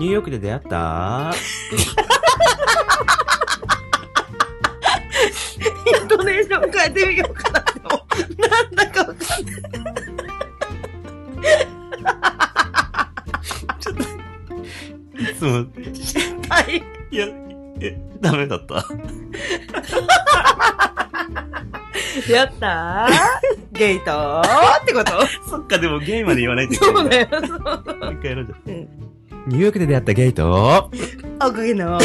ニューヨークで出会ったイントネーション変えてみようかなでもなんだかわかんないいつも、はいいや、え、ダメだった。やったー ゲートーってことそっか、でもゲイまで言わないといけない。そうだよ。もう一回やろうじゃん。うんニューヨークで出会ったゲイと、おかげの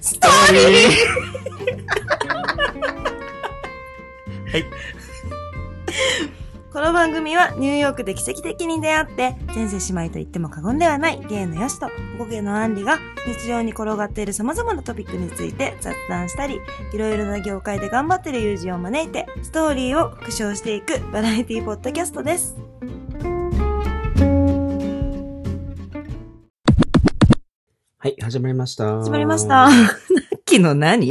ストーリこの番組はニューヨークで奇跡的に出会って、前世姉妹と言っても過言ではない芸のヨシとおこげのアンリが日常に転がっている様々なトピックについて雑談したり、いろいろな業界で頑張っている友人を招いて、ストーリーを復唱していくバラエティポッドキャストです。はい、始まりました。始まりました。 いさっきの何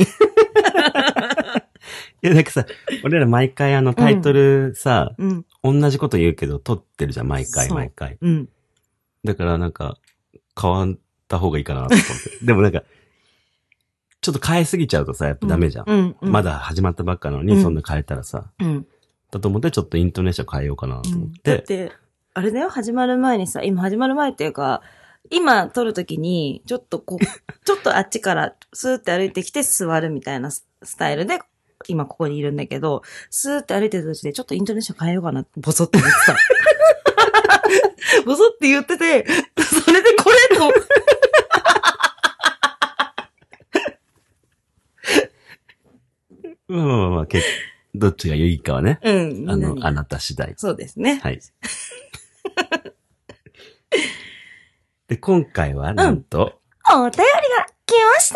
や、なんかさ、俺ら毎回あのタイトルさ、うん、同じこと言うけど、撮ってるじゃん、毎回そう毎回。うん。だからなんか、変わった方がいいかなと思って。 でもなんか、ちょっと変えすぎちゃうとさ、やっぱダメじゃん。うん、うん。まだ始まったばっかなのに、うんそんな変えたらさ、うん。だと思ってちょっとイントネーション変えようかなと思っ、だってて、あれだよ、始まる前にさ、今始まる前っていうか、今撮るときに、ちょっとこ う、ちょっとあっちからスーって歩いてきて座るみたいなススタイルで、今ここにいるんだけど、スーって歩いてる途中でちょっとイントネーション変えようかなって、ボソって言って た。ボソって言ってて、それでこれと、まあまあまあまあ、けどっちがいいかはね、うん、あみんなの、にあなた次第。そうですね。はい。で、今回は、なんと、お便りが来ました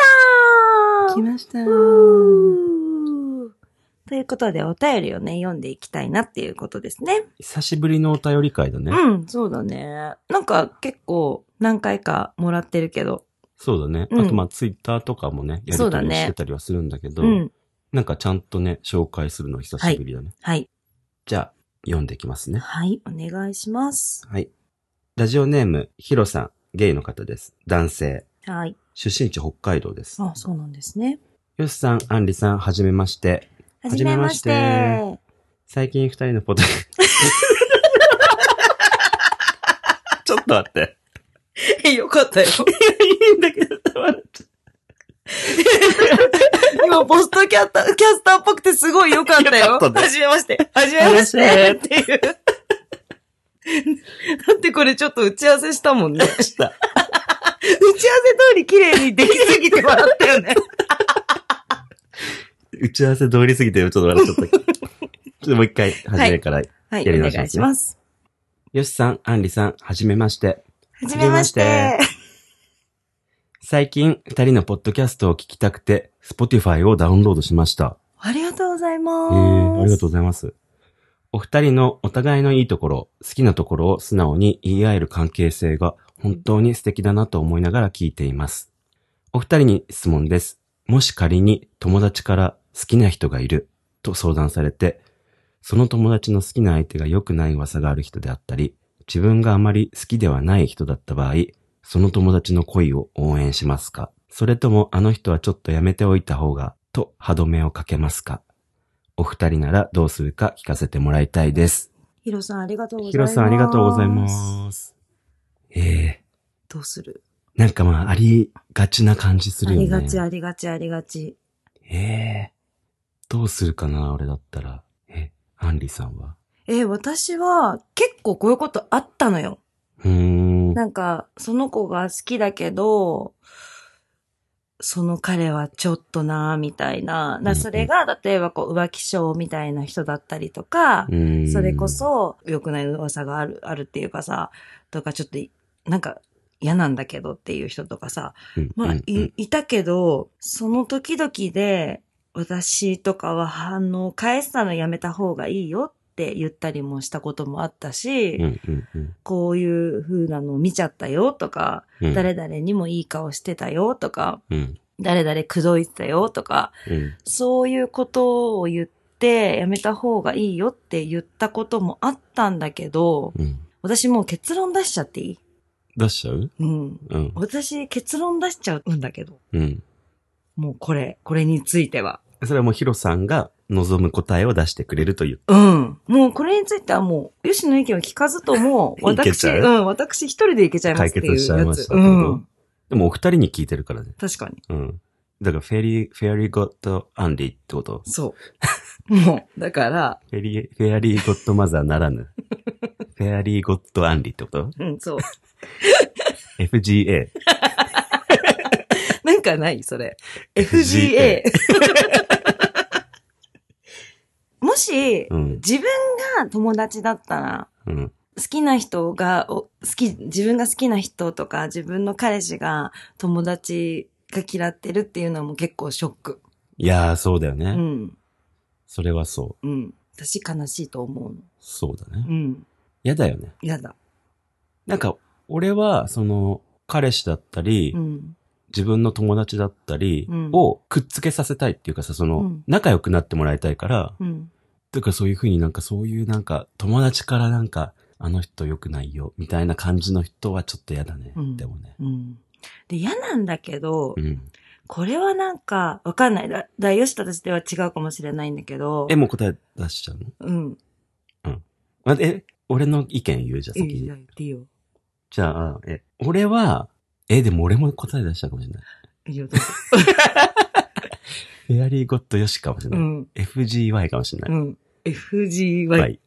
来ましたうーということで、お便りをね、読んでいきたいなっていうことですね。久しぶりのお便り会だね。うん、そうだね。なんか結構何回かもらってるけど。そうだね。うんあと、まあ、ツイッターとかもね、やりそうとだりねしてたりはするんだけど、うん。なんかちゃんとね、紹介するの久しぶりだね。はい。じゃあ、読んでいきますね。はい、お願いします。はい。ラジオネーム、ヒロさん、ゲイの方です。男性。はい。出身地北海道です。あ、そうなんですね。よしさん、あんりさん、はじめまして。はじじめめままししてて。最近二人のポッド ちょっと待って。え、 よかったよ。いいんだけど、今、ポストキャッター、キャスターっぽくてすごいよかったよよ。かったねはじめまして。はじめまして。っていう。だってこれちょっと打ち合わせしたもんね。した。打ち合わせ通り綺麗にできすぎて笑ったよね。打ち合わせ通り過ぎて、ちょっと笑っちゃった。ちょっともう一回、初めから。よはい、やりお直し願まいすしねます。しさん、あんりさん、はじめまして。はじめまして。最近、二人のポッドキャストを聞きたくて、Spotify をダウンロードしました。ありがとうございまえす。ー、ありがとうございます。お二人のお互いのいいところ、好きなところを素直に言い合える関係性が本当に素敵だなと思いながら聞いています。お二人に質問です。もし仮に友達から好きな人がいると相談されて、その友達の好きな相手が良くない噂がある人であったり、自分があまり好きではない人だった場合、その友達の恋を応援しますかそれともあの人はちょっとやめておいた方が、と歯止めをかけますかお二人ならどうするか聞かせてもらいたいです。ヒロさん、ありがとうございます。ヒロさんありがとうございま。す。ええどうするなんかまあ、ありがちな感じすあるよね。りがち、ありがち、ありがち。ええどうするかな、俺だったら。え、アンリさんは。えー、私は結構こういうことあったのよ。うーん。なんか、その子が好きだけど、その彼はちょっとなーみたいな。うんうなんそれが、例えばこう浮気症みたいな人だったりとか、うーんそれこ、そ良くない噂がある、あるっていうかさ、とかちょっとい、なんか嫌なんだけどっていう人とかさ、うんまあ、うんうんい、いたけど、その時々で、私とかは反応を返すのやめた方がいいよって言ったりもしたこともあったし、うんうんうんこういう風なのを見ちゃったよとか、うん、誰々にもいい顔してたよとか、うん、誰々口説いてたよとか、うん。そういうことを言ってやめた方がいいよって言ったこともあったんだけど、うん。私もう結論出しちゃっていい出しちゃううん。うん。私、結論出しちゃうんだけど。うん。もうこれ、これについては。それはもうヒロさんが望む答えを出してくれるという。うん。もうこれについてはもう、吉の意見を聞かずとも、 いけち私、ゃううん、私一人でいけちゃいますっていうや解決しつ。ちゃいましたうけどん。でもお二人に聞いてるからね。確かに。うん。だからフェリー、フェアリーゴッドアンリーってこと そう。もう、だから、フェリー、フェアリーゴッドマザーなら ぬ。フェアリーゴッドアンリーってことうん、そう。 ?FGA。なんかないそれ。FGA。も し、うん。自分が友達だったら、うん。好きな人が、お好き、自分が好きな人とか、自分の彼氏が友達が嫌ってるっていうのはもう結構ショック。いやー、そうだよね。うん。それはそう。うん。私悲しいと思うの。そうだねう。ん。嫌、だよね。やだ。なんか、俺は、その、彼氏だったり、うん。自分の友達だったりうんをくっつけさせたいっていうかさ、その、うん仲良くなってもらいたいから、うん。だからそういうふうになんかそういうなんか、友達からなんか、あの人良くないよ、みたいな感じの人はちょっと嫌だね。うんでもね。うん。で、嫌なんだけどう、ん。これはなんか、わかんない。だ、だ、よしとしては違うかもしれないんだけどえ、、もう答え出しちゃうのうん。待って、え、俺の意見言うじゃん、い先いによ、。言っていいよ。じゃあ、え、俺は、え、でも俺も答え出したかもしれない。いいよ、どうぞ。フェアリーゴッドよしかもしれなうい。ん。 FGY かもしれうない。ん。FGY。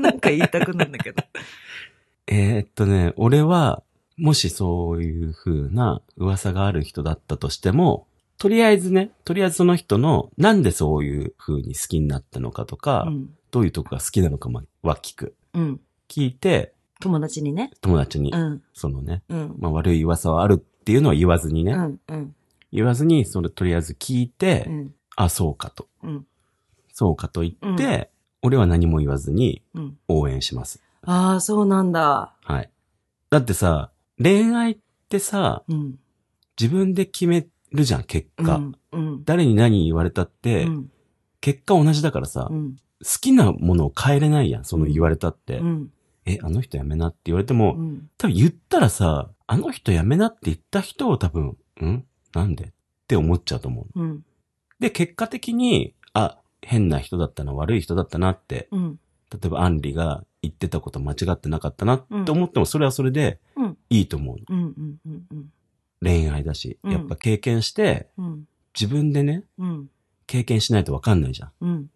なんか言いたくなん だけど。えーっとね、俺は、もしそういう風な噂がある人だったとしても、とりあえずね、とりあえずその人の、なんでそういう風に好きになったのかとか、うん。どういうとこが好きなのかまは聞く。うん。聞いて、友達にね。友達に、うん。そのね、うん。まあ悪い噂はあるっていうのは言わずにね、うん。うん。言わずに、それとりあえず聞いて、うん。あ、そうかと。うんそうかと言って、う俺は何も言わずにうん。応援します。ああ、そうなんだ。はい。だってさ、恋愛ってさ、うん。自分で決めるじゃん、結う果。ん。うん。誰に何言われたって、うん。結果同じだからさ、う好ん。きなものを変えれないやん、その言われたって。うん。え、あの人やめなって言われても、うん。多分言ったらさ、あの人やめなって言った人を多分、んなんでって思っちゃうと思う。うん。で、結果的に、あ、変な人だったな、悪い人だったなってうん。例えばアンリが言ってたこと間違ってなかったなうんって思っても、それはそれでうんいいと思う。うん。うん。うん。うん。恋愛だし、うんやっぱ経験して、うん。自分でね、うん。経験しないとわかんないじゃん。うん。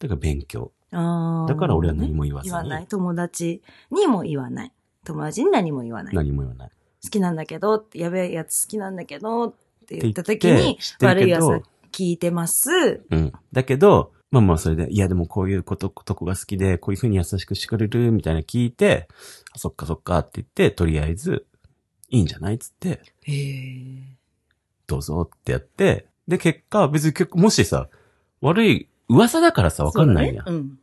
だから勉強。ああ。だから俺は何も言わずに。言わない。友達にも言わない。友達に何も言わない。何も言わない。っ好きなんだけど、やべえやつ好きなんだけど、ってて言言っったた時時にに、、悪い知っ朝てる聞いてます。けどうん。だけど、まあまあそれで、いやでもこういうこと、とこが好きで、こういうふうに優しくしてくれる、みたいな聞いて、あそっかそっかって言って、とりあえず、いいんじゃないっつって、へえ。どうぞってやって、で、結果、別に結構、もしさ、悪い噂だからさ、わかんないやん、そうだねうん。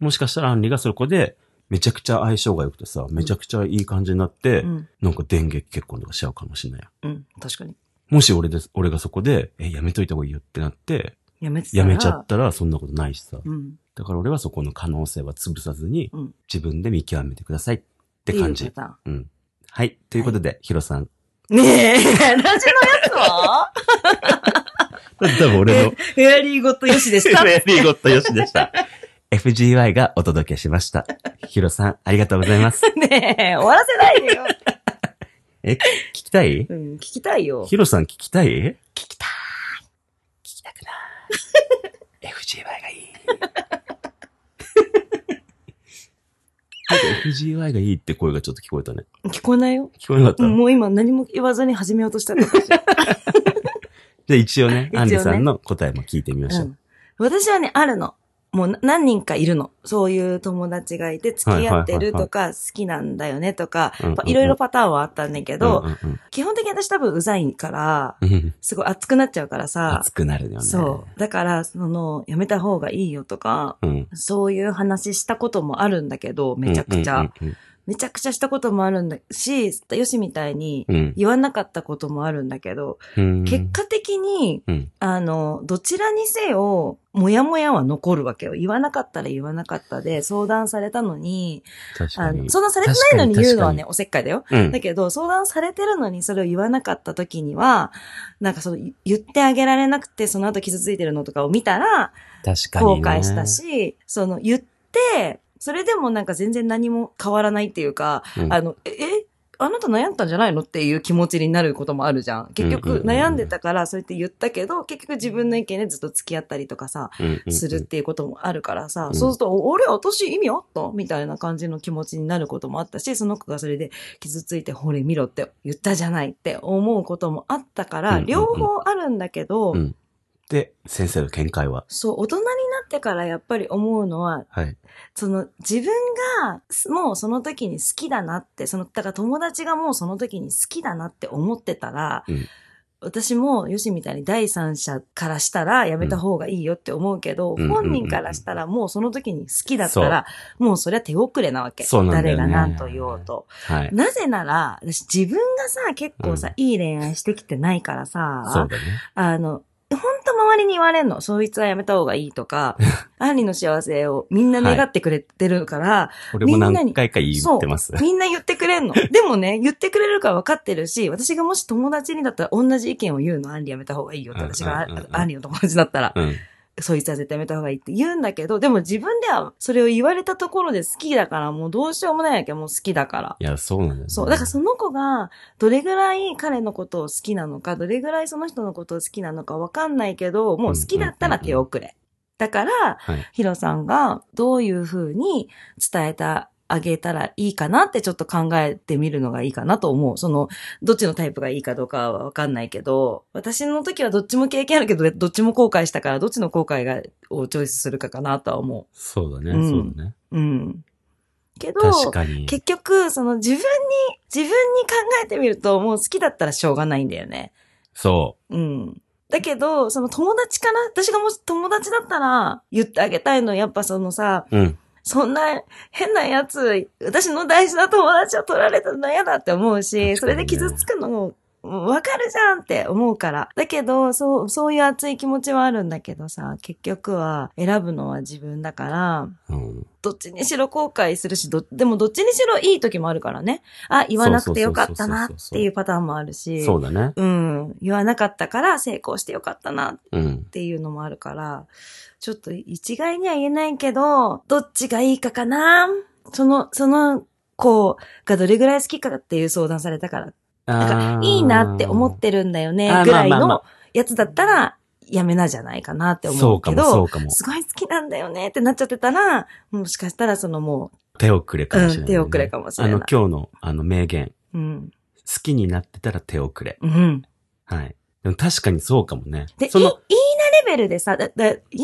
もしかしたらアンリがそこで、めちゃくちゃ相性が良くてさ、めちゃくちゃいい感じになって、うん。なんか電撃結婚とかしちゃうかもしれないやん。うん。確かに。もし俺です、俺がそこで、え、やめといた方がいいよってなって、やめてたやらめちゃったらそんなことないしさ。うん。だから俺はそこの可能性は潰さずにうん、自分で見極めてくださいっていう感じ。パうん。はい。ということで、ヒロさん。ターンねえ、私のやつは多分俺のフェアリーゴットよしでした。 メリーゴットよしでした。FGY がお届けしました。ヒロさん、ありがとうございます。ねえ、終わらせないでよ。え、聞きたいうん、聞きたいよ。ヒロさん聞きたい聞きたい。聞きたく ない FGY がいい。なんか FGY がいいって声がちょっと聞こえたね。聞こえないよ。聞こえなかった、うんもう今何も言わずに始めようとしたのかしらじゃあ一応ね、一応ねアンリさんの答えも聞いてみましうょう。ん。私はね、あるの。もうな何人かいるの。そういう友達がいて、付き合ってるとか、好きなんだよねとかうんうん、うんいろいろパターンはあったんだけうんど、うん基本的に私多分うざいから、うんうんすごい熱くなっちゃうからさ、熱くなるよね。そう。だから、その、やめた方がいいよとか、うん。そういう話したこともあるんだけど、めちゃくちゃ。うんうんめちゃくちゃしたこともあるんだし、よしみたいにうん。言わなかったこともあるんだけど、うん結果的に、うんあの、どちらにせよ、もやもやは残るわけよ。言わなかったら言わなかったで、相談されたのに、確かあにの、。相談されてないのに言うの確はかね、おせっかいだよ。うんだけど、相談されてるのにそれを言わなかった時には、なんかその、い言ってあげられなくて、その後傷ついてるのとかを見たら、確かに後ね。悔したし、その、言って、それでもなんか全然何も変わらないっていうか、うんあの、え、えあなた悩んだんじゃないのっていう気持ちになることもあるじゃん。結うんうん局うんうん悩んでたからそうやって言ったけど、結局自分の意見でずっと付き合ったりとかさ、うんうんうんするっていうこともあるからさ、んそうすると、お俺、私意味あったみたいな感じの気持ちになることもあったし、その子がそれで傷ついて、ほれ見ろって言ったじゃないって思うこともあったかうんら、うんうん両方あるんだけど、うんで、先生の見解は。そう、大人になってからやっぱり思うのは、はい。その自分がもうその時に好きだなって、その、だから友達がもうその時に好きだなって思ってたら、うん私もヨシみたいに第三者からしたらやめた方がいいよって思うけど、うん本人からしたらもうその時に好きだったら、もうそれは手遅れなわけ。そうなんだ誰よねが何と言おうと。はい。なぜなら、私自分がさ、結構さ、うんいい恋愛してきてないからさ、そうだね。あの、ほんと周りに言われんの。そいつはやめた方がいい とか、アンリの幸せをみんな願ってくれてるから、俺も何回か言ってます。みんな言って くれんの。でもね、言ってくれるから分かってるし、私がもし友達にだったら同じ意見を言うの。アンリやめた方がいいよって、私がうんうんうんうんアンリの友達だったら、 うん。そいつは絶対やめた方がいいって言うんだけど、でも自分ではそれを言われたところで好きだから、もうどうしようもないわけ、もう好きだから。いや、そうなんだよね。そう。だからその子が、どれぐらい彼のことを好きなのか、どれぐらいその人のことを好きなのかわかんないけど、もう好きだったら手遅れ。だから、はい。ヒロさんがどういうふうに伝えた、あげたらいいかなってちょっと考えてみるのがいいかなと思う。その、どっちのタイプがいいかどうかはわかんないけど、私の時はどっちも経験あるけど、どっちも後悔したから、どっちの後悔が、をチョイスするかかなとは思そうだうね、んそうだね。う。うん。けど、確かに。結局、その自分に、自分に考えてみると、もう好きだったらしょうがないんだよね。そうん。だけど、その友達かな私がもし友達だったら言ってあげたいの、やっぱそのさ、う。うん。そんな変なやつ、私の大事な友達を取られたの嫌だって思うし、確かにねそれで傷つくのも、わかるじゃんって思うから。だけど、そう、そういう熱い気持ちはあるんだけどさ、結局は選ぶのは自分だから、うん。どっちにしろ後悔するし、ど、でもどっちにしろいい時もあるからね。あ、言わなくてよかったなっていうパターンもあるし。そうだね。うん。言わなかったから成功してよかったなっうん。ていうのもあるから、ちょっと一概には言えないけど、どっちがいいかかなその、その子がどれぐらい好きかっていう相談されたから、なんかあーいいなって思ってるんだよねあー、ぐらいまあまあまのやつだったら、やめなじゃないかなってそ思ううかけも、そど、うかも。すごい好きなんだよねってなっちゃってたら、もしかしたらそのもう手遅れかもしれない、うん手遅れかもしれないあの、今日の、あの、名言。うん。好きになってたら手遅れ。うん。はい。でも確かにそうかもね。で、いそいいなの、レベルでさ、だ、だ、いいなレ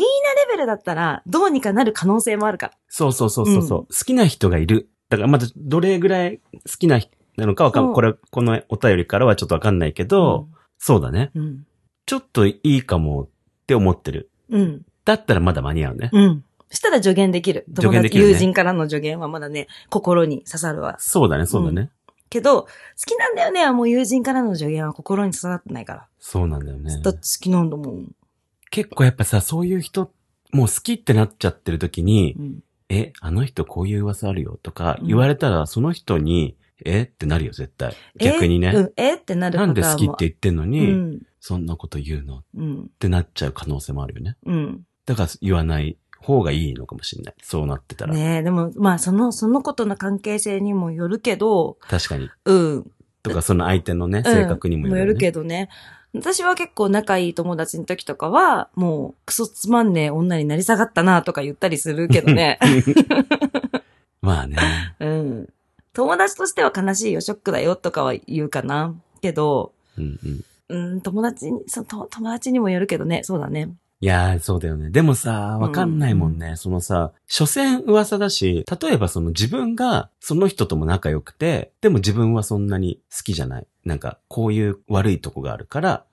ベルだったら、どうにかなる可能性もあるから。そうそうそうそうそう、好きな人がいる。だからまだどれぐらい好きな人なのかわかんそなうい。これ、このお便りからはちょっとわかんないけど、そうだね。うん。ちょっといいかもって思ってる。うん。だったらまだ間に合うね。うん。したら助言できる。助言できるね友達友人からの助言はまだね、心に刺さるわ。そうだね、そうだね。けど、好きなんだよねはもう友人からの助言は心に刺さってないから。そうなんだよねだ。って好きなんだもん。結構やっぱさ、そういう人、もう好きってなっちゃってる時に、うん。え、あの人こういう噂あるよとかうん言われたら、その人に、えってなるよ、絶対。逆にえうね。ん、えってなるなんでパ好タきーンっもて言ってんのに、うん。そんなこと言うのっうん。てなっちゃう可能性もあるよね。うん。だから言わない方がいいのかもしれない。そうなってたら。ねえ、でも、まあ、その、そのことの関係性にもよるけど、確かに。うん。とか、その相手のね、性格にもよる、ねうんけどね。私は結構仲いい友達の時とかは、もう、クソつまんねえ女になり下がったなとか言ったりするけ どね。まあね。うん。友達としては悲しいよ、ショックだよとかは言うかな。けど、うんうん。うん、友達に、そと友達にもよるけどね、そうだね。いやー、そうだよね。でもさ、わかんないもんね。そのさ、所詮噂だし、例えばその自分がその人とも仲良くて、でも自分はそんなに好きじゃない。なんか、こういう悪いとこがあるから、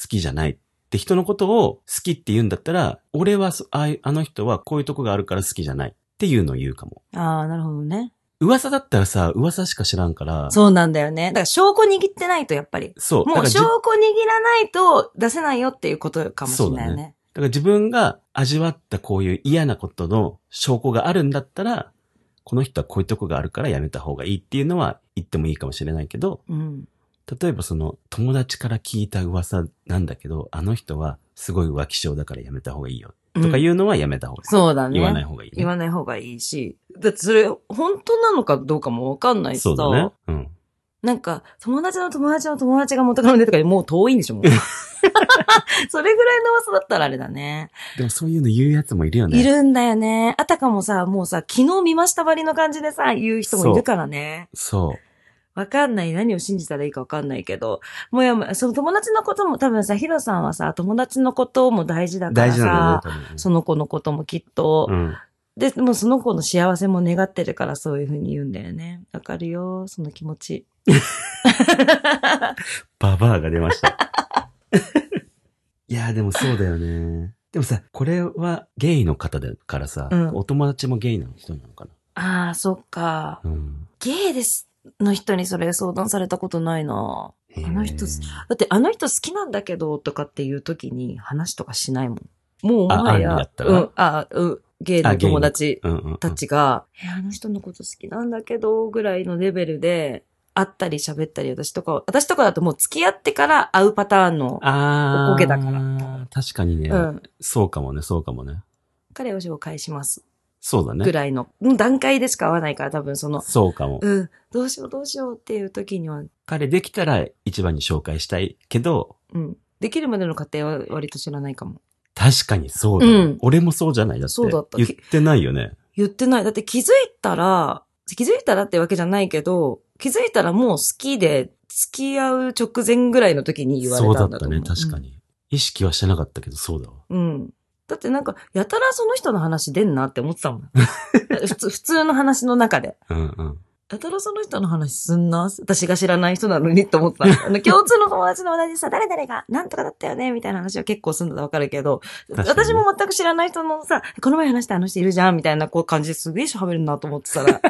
好きじゃないって人のことを好きって言うんだったら、俺はそああいうあの人はこういうとこがあるから好きじゃないっていうのを言うかも。ああ、なるほどね。噂だったらさ、噂しか知らんから、そうなんだよね。だから証拠握ってないと、やっぱり。そう。だもかうらじ証拠握らないと出せないよっていうことかもしれないよね。だから自分が味わったこういう嫌なことの証拠があるんだったら、この人はこういうとこがあるからやめた方がいいっていうのは言ってもいいかもしれないけど、うん。例えばその友達から聞いた噂なんだけど、あの人はすごい浮気症だからやめた方がいいよとかうんいうのはやめた方がいい。そうだね。言わない方がいい、言わない方がいいし。だってそれ、本当なのかどうかもわかんないしさ。そうだね。うん。なんか、友達の友達の友達が元カノでとかもう遠いんでし ょ、もう。それぐらいの噂だったらあれだね。でもそういうの言うやつもいるよね。いるんだよね。あたかもさ、もうさ、昨日見ましたばりの感じでさ、言う人もいるからね。そう。わかんない。何を信じたらいいかわかんないけど。もやもや、その友達のことも多分さ、ヒロさんはさ、友達のことも大事だか大ら事なんさ、だよね、多分ねその子のこともきっと、うん。で、もうその子の幸せも願ってるからそういうふうに言うんだよね。わかるよ、その気持ち。ババアが出ました。 いやーでもそうだよね。でもさ、これはゲイの方だからさ、うんお友達もゲイな人なのかああ、そっか。な。うん。ゲイです。の人にそれ相談されたことないな。へーあの人すだってあの人好きなんだけどとかっていう時に話とかしないもん。もうもはああや、るんだったうらん、あ、うん、ゲイの友達うんうんうん。たちが、え、あの人のこと好きなんだけどぐらいのレベルで、会ったり喋ったり、私とか、私とかだともう付き合ってから会うパターンの、あー。おこげだから確かにね、うん、そうかもね、そうかもね。彼を紹介しますそうだぐね。らいのの段階でしか会わないから多分その、そうかも。うん、どうしようどうしようっていう時には、彼できたら一番に紹介したいけど、うん、できるまでの過程は割と知らないかも。確かにそうだ、ねうん俺もそうじゃないだって。そうだった言ってないよね。言ってない。だって気づいたら、気づいたらってわけじゃないけど、気づいたらもう好きで付き合う直前ぐらいの時に言われそうだたんっだたと思う。ね、確かに。意識はしてなかったけど、そうだわ。うん。うんだってなんか、やたらその人の話出んなって思ってた もん。普通普通の話の中で。うんうん。やたらその人の話すんな私が知らない人なのにって思 った。あの、共通の友達の同じさ、誰々がなんとかだったよねみたいな話は結構すんだらわかるけど、確かに私も全く知らない人のさ、この前話したあの人いるじゃんみたいなこう感じですげえ喋るなと思って たら、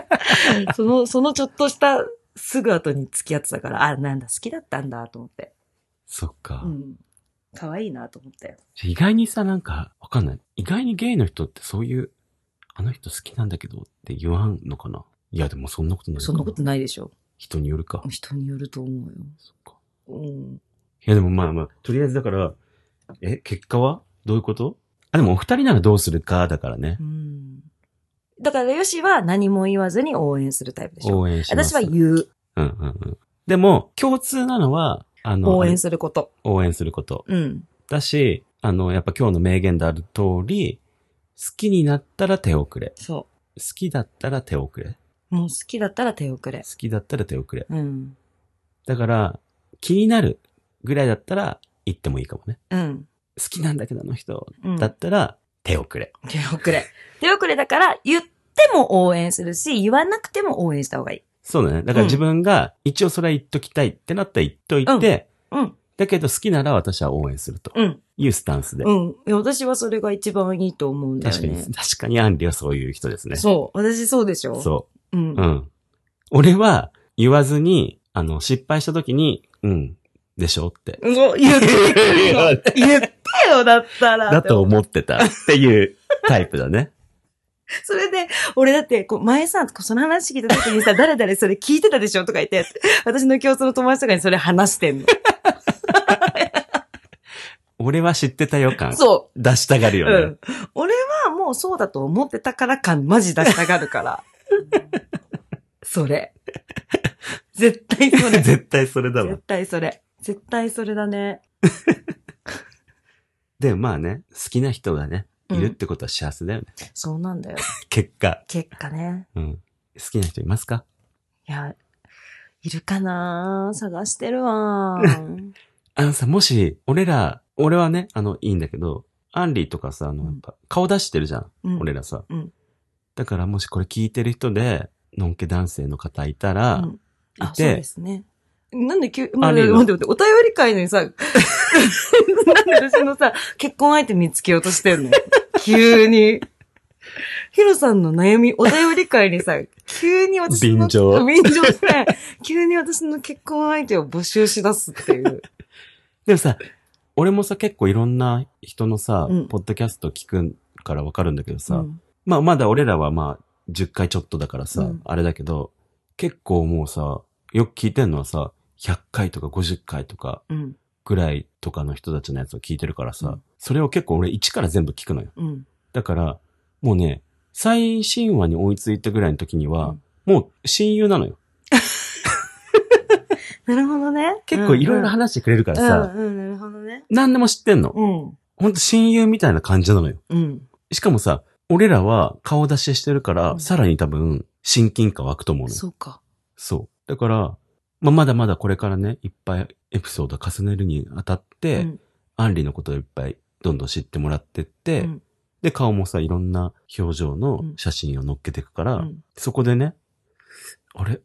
その、そのちょっとしたすぐ後に付き合ってたから、あ、なんだ、好きだったんだと思って。そっか。うん。可愛いなと思ったよ。じゃあ意外にさ、なんか、わかんない。意外にゲイの人ってそういう、あの人好きなんだけどって言わんのかないや、でもそんなことないかそんなことないでしょ。人によるか。人によると思うよ。そっか。うん。いや、でもまあまあ、とりあえずだから、え、結果はどういうことあ、でもお二人ならどうするかだからねう。ん。だから、よしは何も言わずに応援するタイプでしょ。応援します。私は言う。うんうんうん。でも、共通なのは、あの、応援すすること。応援すること。うん。だし、あの、やっぱ今日の名言である通り、好きになったら手遅れ。そ好きだったら手遅れ。う。もう好きだったら手遅れ好。きだったら手遅れ。うん。だから、気になるぐらいだったら行ってもいいかもね。うん。好きなんだけどあの人うん、だったら手遅れ。手遅れ。手遅れだから、言っても応援するし、言わなくても応援した方がいい。そうだね。だからうん自分が一応それは言っときたいってなったら言っといて、うん。だけど好きなら私は応援するとうん。いうスタンスで。うん。いや私はそれが一番いいと思うんだよ確かね。に、確かにアンリはそういう人ですね。そう。私そうでしょ。そうん。う。うん。俺は言わずに、あの、失敗した時に、うん、でしょって。そう、言っ てよ。言ってよ、だったら。だと思ってたっていうタイプだね。それで、俺だって、こう、前さ、その話聞いた時にさ、誰々それ聞いてたでしょとか言って、私の共通の友達とかにそれ話してんの。俺は知ってた予感。そう。出したがるよね。うん。俺はもうそうだと思ってたから感、マジ出したが るから。それ。絶対それ。絶 絶対それだわ。対それ。絶対それだね。でもまあね、好きな人がね、ういんるってことは幸せだよね。そうなんだよ。結果。結果ね。うん。好きな人いますかいや、いるかな探してる わあのさ、もし、俺ら、俺はね、あの、いいんだけど、アンリーとかさ、あの、うんやっぱ、顔出してるじゃん。うん俺らさ。うんだからもしこれ聞いてる人で、のんけ男性の方いたら、うんいあ、そうてで、すね。なんで急、あ待りっえてる待って待って、お便り会のにさ、 なんで私のさ、結婚相手見つけようとしてんの急に。ヒロさんの悩み、お便り会にさ、急に私の、便乗便乗して、急に私の結婚相手を募集し出すっていう。でもさ、俺もさ、結構いろんな人のさ、うんポッドキャスト聞くからわかるんだけどさ、うんまあまだ俺らはまあ10回ちょっとだからさ、うんあれだけど、結構もうさ、よく聞いてんのはさ、100回とか50回とかうん。ぐらいとかの人たちのやつを聞いてるからさ、うんそれを結構俺1から全部聞くのよ。うん。だから、もうね、最新話に追いついたぐらいの時には、もう親友なのよ。なるほどね。結構いろいろ話してくれるからさ、うんうん、なるほどね。何でも知ってんの。うん。ほんと親友みたいな感じなのよ。うん。しかもさ、俺らは顔出ししてるから、うんさらに多分、親近感湧くと思うのよ。そうか。そう。だから、まあ、まだまだこれからね、いっぱいエピソード重ねるにあたって、うんアンリのことをいっぱいどんどん知ってもらってって、うんで、顔もさ、いろんな表情のうん写真を載っけていくから、うんそこでね、あれ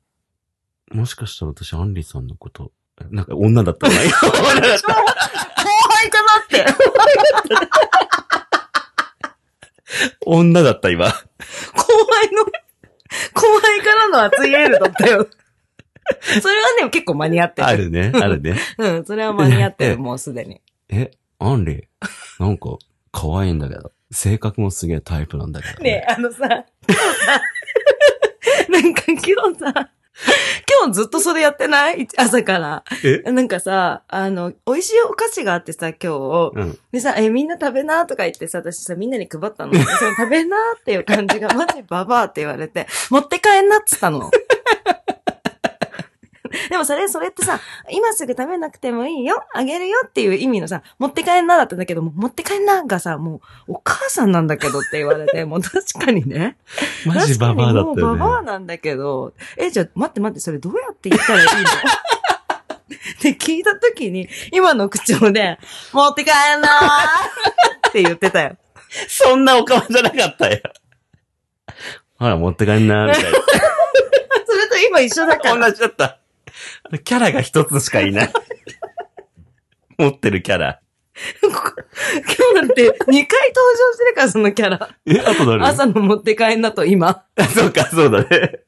もしかしたら私、アンリさんのこと、なんか女だ ったの 女だった後輩かなって。女だった、 今。後輩の、後輩からの熱いエールだったよ。それはね、結構間に合ってる。あるね、あるね。うん、それは間に合ってええる、もうすで に。え、アンリ、なんか、可愛いんだけど、性格もすげえタイプなんだけど、ねえ、あのさ、 今日さ、なんか今日さ、今日ずっとそれやってないい朝から。えなんかさ、あの、美味しいお菓子があってさ、今日。うん。でさ、え、みんな食べなとか言ってさ、私さ、みんなに配ったの。その食べなっていう感じが、マジババアって言われて、持って帰んなっつったの。でもそれ、それってさ、今すぐ食べなくてもいいよ、あげるよっていう意味のさ、持って帰んなだったんだけども、持って帰んながさ、もう、お母さんなんだけどって言われて、もう確かにね。マジババアだった確かよねにもう。ババアなんだけど、え、じゃあ、待って待って、それどうやって言ったらいいのって聞いたときに、今の口調で、持って帰んなーって言ってたよ。そんなお顔じゃなかったよ。ほら、持って帰んな、みたいそれと今一緒だから。 な。同じだった。あのキャラが一つしかいない。持ってるキャラ。今日なんて2回登場してるから、そのキャラ。え、あと誰朝の持って帰んなと今。そう か、そうだね。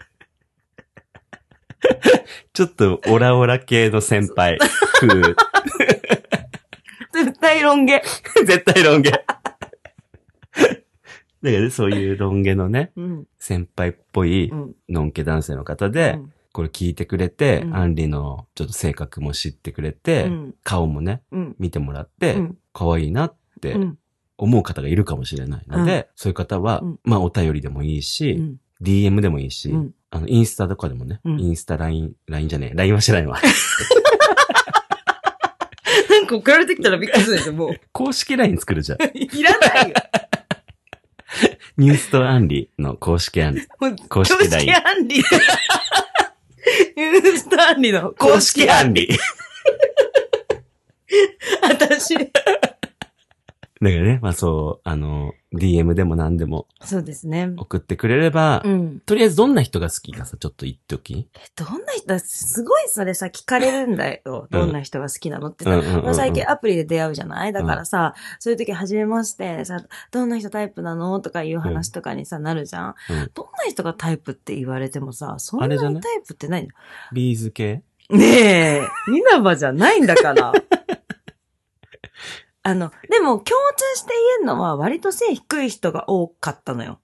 ちょっと、オラオラ系の先 輩。風絶対ロン毛。絶対ロン毛。だけどね、そういうロン毛のね、うん。先輩っぽいうん。のんけ男性の方うで、んこれ聞いてくれて、うんアンリのちょっと性格も知ってくれて、うん顔もね、うん。見てもらっうて、ん。可愛いなってうん。思う方がいるかもしれないので、うそういう方は、うんまあお便りでもいいし、うん。 DM でもいいし、うんあの、インスタとかでもね、うんインスタ、LINE、LINE じゃねえ、LINE はしてないわ。 なんか送られてきたらびっくりするでしょ、もう。公式 LINE 作る じゃん。いらないよ。ニュースとアンリの公式 LINE。もう公式 LINE 公式アンリ。ユースタンリの公式アンリ。ンリ。私。 だからね、まあそう、あの、DM でも何でもそうですね。送ってくれれば、うん。とりあえずどんな人が好きかさ、ちょっと言っておき。どんな人、すごいそれさ、聞かれるんだよ。どんな人が好きなのってさ。うんうんうんうんまあ最近アプリで出会うじゃないだからさ、そういう時初めまして、さ、どんな人タイプなのとかいう話とかにさ、なるじゃん。うんどんな人がタイプって言われてもさ、そんなあれにじタゃないイプってないのビーズ系ねえ、ニナバじゃないんだ から。あの、でも共通して言えるのは割と背低い人が多かったのよ。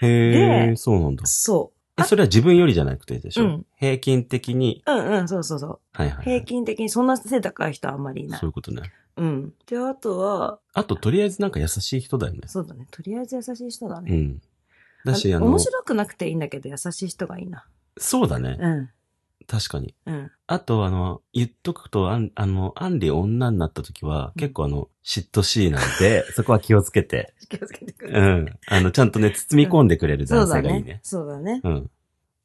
へえ、でそうなんだ。そえ、それは自分よりじゃなくてでしょ、うん平均的に。う。うんうん、そうそうそう。はいはい、はい。平均的にそんな背高い人はあんまりいないそうい。うことね。うん。で、あとは、あと、とりあえずなんか優しい人だよね。そうだね。とりあえず優しい人だうね。ん。だし、ああのの面、白くなくていいんだけど優しい人がいいな。そうだね。うん。確かに。うん。あと、あの、言っとくと、あんあの、アンリ女になった時は、うん結構あの、嫉妬しいなので、 そこは気をつけて。気をつけてくうださい。ん。あの、ちゃんとね、包み込んでくれるそ男うだ性がいいねね。。そうだね。うん。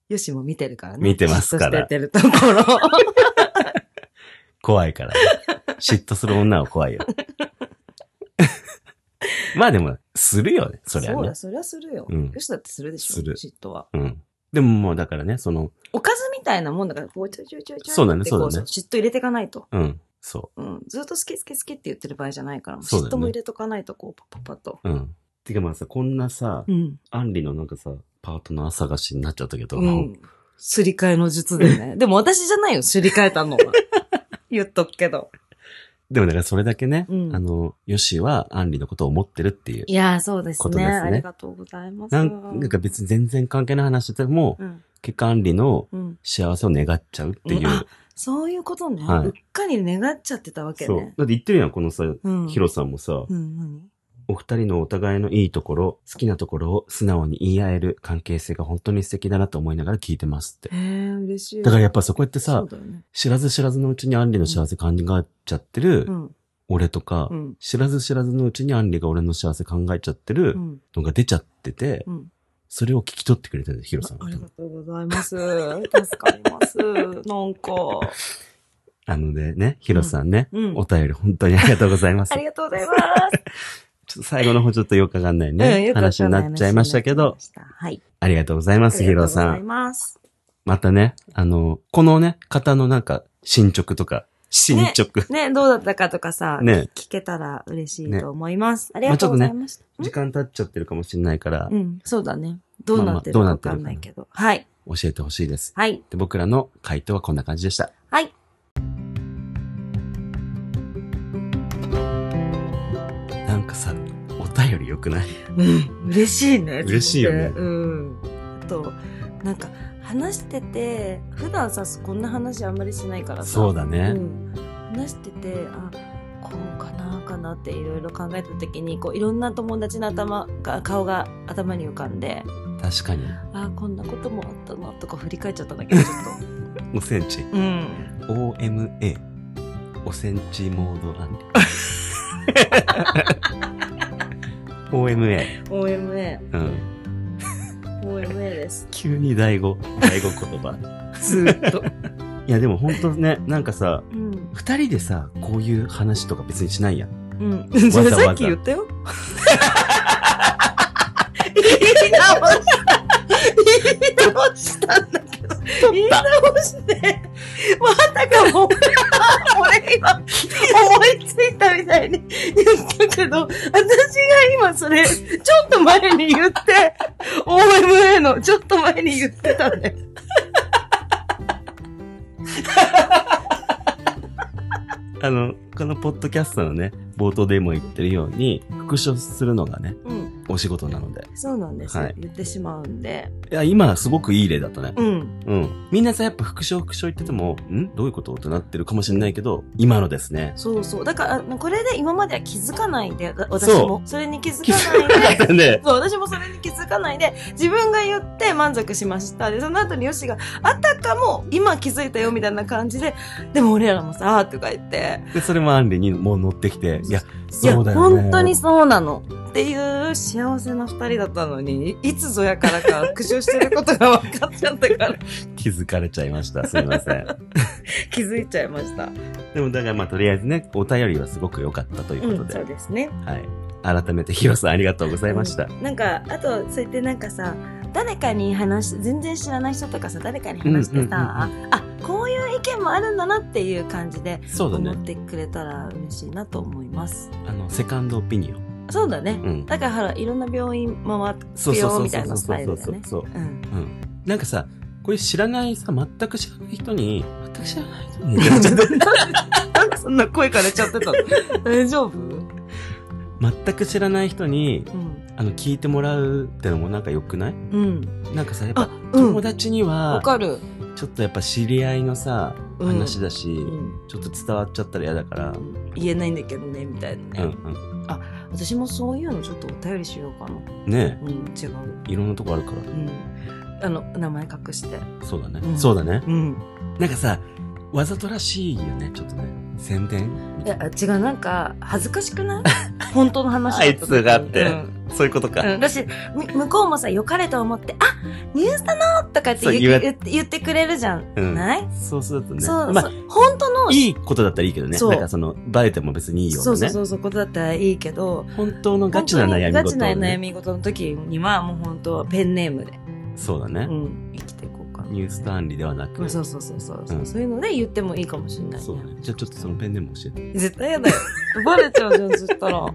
よしも見てるからね。見てますから嫉妬してるところ。怖い から。嫉妬する女は怖いよ。まあでも、するよね、 そりゃそうねだ、。そりゃするよ。うんよしだってするでしょ。する嫉妬は。うん。でももう、だからね、その、おかずみたいなもんだから、こう、ちょいちょいちょいちょいってそうだねこそうだね嫉妬入れていかないと。うん、そうん。ずっと好き好き好きって言ってる場合じゃないから、そうだよ嫉ね妬も入れとかないと、こう、パッパッパッと。う。うん。てかまあさ、こんなさ、うん。アンリのなんかさ、パートナー探しになっちゃったけど、うん。すり替えの術で ね。でも私じゃないよ、すり替えたのは。 言っとくけど。でもだからそれだけね、うんあの、ヨシはアンリのことを思ってるっていう。いやー、そうですことね。ですねありがとうございます。なんなんか別に全然関係ない話でも、うん。結果アンリのうん。幸せを願っちゃうっていうう。んあそういうことね。はいうっかり願っちゃってたわけそう。ね。だって言ってるやん、このさ、うん。ヒロさんもさ、うん、何お二人のお互いのいいところ、好きなところを素直に言い合える関係性が本当に素敵だなと思いながら聞いてますって。へえ、嬉しい。だからやっぱそこやってそさう、だよね。知らず知らずのうちにアンリの幸せ考えちゃってるうん。俺とか、うん。知らず知らずのうちにアンリが俺の幸せ考えちゃってうるん。のが出ちゃってて、うん。それを聞き取ってくれたんだよ、ヒロさんあが。りがとうございます。助かり ます。なんか。あのでね、ヒロさんね、うんうんお便り本当にありがとうございます。 ありがとうございます。ちょっと最後の方ちょっとよくわかんないうんね、よくわかんない話になっちゃいましたけど、。はい。ありがとうございます、ヒロさありがとうございん。ます。またね、あの、このね、方のなんか、進捗とか、進捗。ね、どうだったかとかさ、ね聞けたら嬉しいと思います。ありがあちょとうっとござねいました。時間経っちゃってるかもしれないから、うんうん、そうだね。どうなってるかまあまあわかんないけど。はい。教えてほしいです。はい。で、僕らの回答はこんな感じでした。はい。なんかさ、お便り良くないうん、嬉しいね。嬉しいよねうん。あと、なんか、話してて、普段さ、こんな話あんまりしないからさ。そうだねうん。話してて、あ、こうかな、かなっていろいろ考えた時に、こう、いろんな友達の頭が、顔が頭に浮かんで、確かに。あ、こんなこともあったな、とか振り返っちゃったんだけど、ちょっおセンチ。と。 うん。 OMA。おセンチモード アンリ。OMA。 OMA。うん。 OMA です。急に第五、第五言葉。ずーっと。 いや、でも本当ね、なんかさ、うん。二人でさ、こういう話とか別にしないやん。 うん。それさっき言ったよ。言い直した。言い直したんだけど。言い直して。またかも、俺今、思いついたみたいに言ったけど、私が今それ、ちょっと前に言って、OMA のちょっと前に言ってたね。あの、このポッドキャストのね、冒頭でも言ってるように、復唱するのがね、うん。お仕事なので。そうなんですよ。はい言ってしまうんで。いや、今すごくいい例だったね。うん。うん。みんなさ、やっぱ復唱復唱言ってても、んどういうことってなってるかもしれないけど、今のです ね。そうそう。だから、あのこれで今までは気づかないで、だ私そうも。それに気づ気づかかなないかっで。たね。そう、私もそれに気づかないで、自分が言って満足しました。で、その後にヨシが、あたかも今気づいたよみたいな感じで、でも俺らもさ、とか言って、で、それもアンリにもう乗ってきて、いや、いや、そうだよね。本当にそうなの。っていう幸せな二人だったのに、いつぞやからか苦笑してることが分かっちゃったから、気づかれちゃいました。すいません。 気づいちゃいました。でも、だからまあ、とりあえずね、お便りはすごく良かったというこうとん、で。そうですね。はい。改めて、ヒロさんありがとうございました。なんかあとそうやってなんかさ誰かに話し全然知らない人とかさ誰かに話してさ、あこういう意見もあるんだなっていう感じでそうだ思っね。てくれたら嬉しいなと思います。あの、セカンドオピニオン。そうだね、うん。だからほらいろんな病院回ってそうそうそうみたそいなうスタイそルうだそうね。そう。うん、うん。なんかさ、これ知らないさ、全く知らない人に、全く知らない人なに、んでそんな声から出ちゃってたの大丈夫、うん、 全く知らない人に、あの、聞いてもらうってのもなんか良くないうんなんかさ、やっあぱ、うん友達にわは、かる、ちょっとやっぱ知り合いのさ、うん話だし、うん、ちょっと伝わっちゃったら嫌だから、言えないんだけどねみたいなね、うん私もそういうのちょっとお便りしようかなうん。ねうん違うえ、いろんなとこあるかうん、あの名前隠して、ら。そうだね。うんそうだね。うん、なんかさ、わざとらしいよね、ちょっとね。宣伝みいたいやな。違うなんか恥ずかし くない本当の話あいつがあってうんそういうことか。うん、だしみ向こうもさ良かれと思って「あニュースだな!」とかってそう言言わ言って言ってくれるじゃん、うんないそうするとね。そう、まそあ、う本当のいいことだったらいいけどね。そうなんかその、バレても別にいいようそうなそうね。そうそうことだったらいいけど本当のガチな悩み本当にガ事チを、なね。悩み事の時にはもう本当はペンネームで、そうだうね。ん、生きていこうかな、ニュースターンリではなく。そうそうそうそう、うんそういうので言ってもいいかもしれないねそうだね。じ ゃあちょっとそのペンネーム教えて。絶対やだよ。バレちゃうじゃん、そしたら。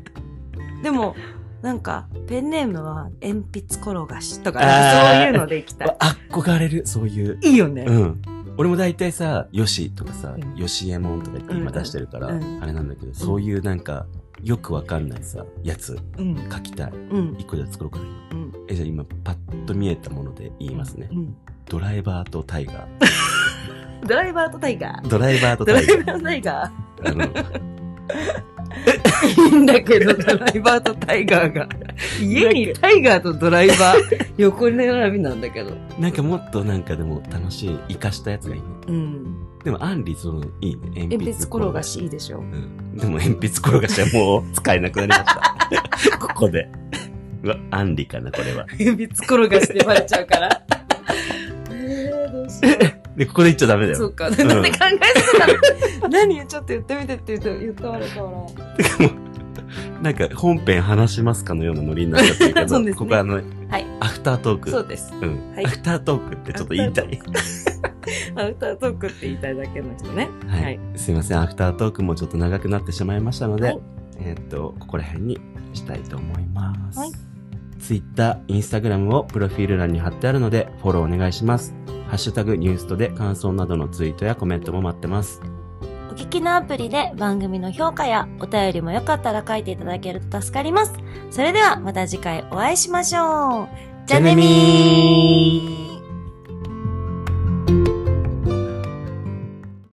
でも、なんか、ペンネームは鉛筆転がしとか、あーそういうのでいきたい。あ憧れる、そういう。いいよね。うん。俺も大体さ、ヨシとかさうん、ヨシエモンとか言って今出してるから、うんあれなんだけど、そういうなんか、よくわかんないさ、やつ、うん。書きたい。うん。一個で作ろうかな。うん。え、じゃあ今、パッと見えたもので言いますねう。ん。ドライバーとタイガー。 ドライバーとタイガー。ドライバーとドタライイガバーとタイガー。あのー。いいんだけど、ドライバーとタイガーが。家にタイガーとドライバー、横並びなんだけど。なんかもっとなんかでも楽しい、生かしたやつがいいね。うん。でも、アンリ、その、いいね。鉛鉛筆筆転がしいいでしょ。うんでも鉛筆転がしはもう使えなくなりま した。ここで。うわ、アンリかな、これは。鉛筆転がしてバレちゃうから。 えー、どうしよで、ここで言っちゃダメだう。そよ。うか。なんで考えてたの 何ちょっと言ってみてって言って、言ったわれたわなんか、本編話しますかのようなノリになっちゃってるけそど、うですねここはあの、はいアフタートーク。そうです。うん、はいアフタートークってちょっと言いたい。アフタートークって言いたいだけの人ね。はい、はいすいません、アフタートークもちょっと長くなってしまいましたので、はいえーっと、ここら辺にしたいと思います。はいツイッター、インスタグラムをプロフィール欄に貼ってあるので、フォローお願いします。ハッシュタグニュースとで感想などのツイートやコメントも待ってます。お聞きのアプリで番組の評価やお便りもよかったら書いていただけると助かります。それではまた次回お会いしましょう。じゃあねみーみー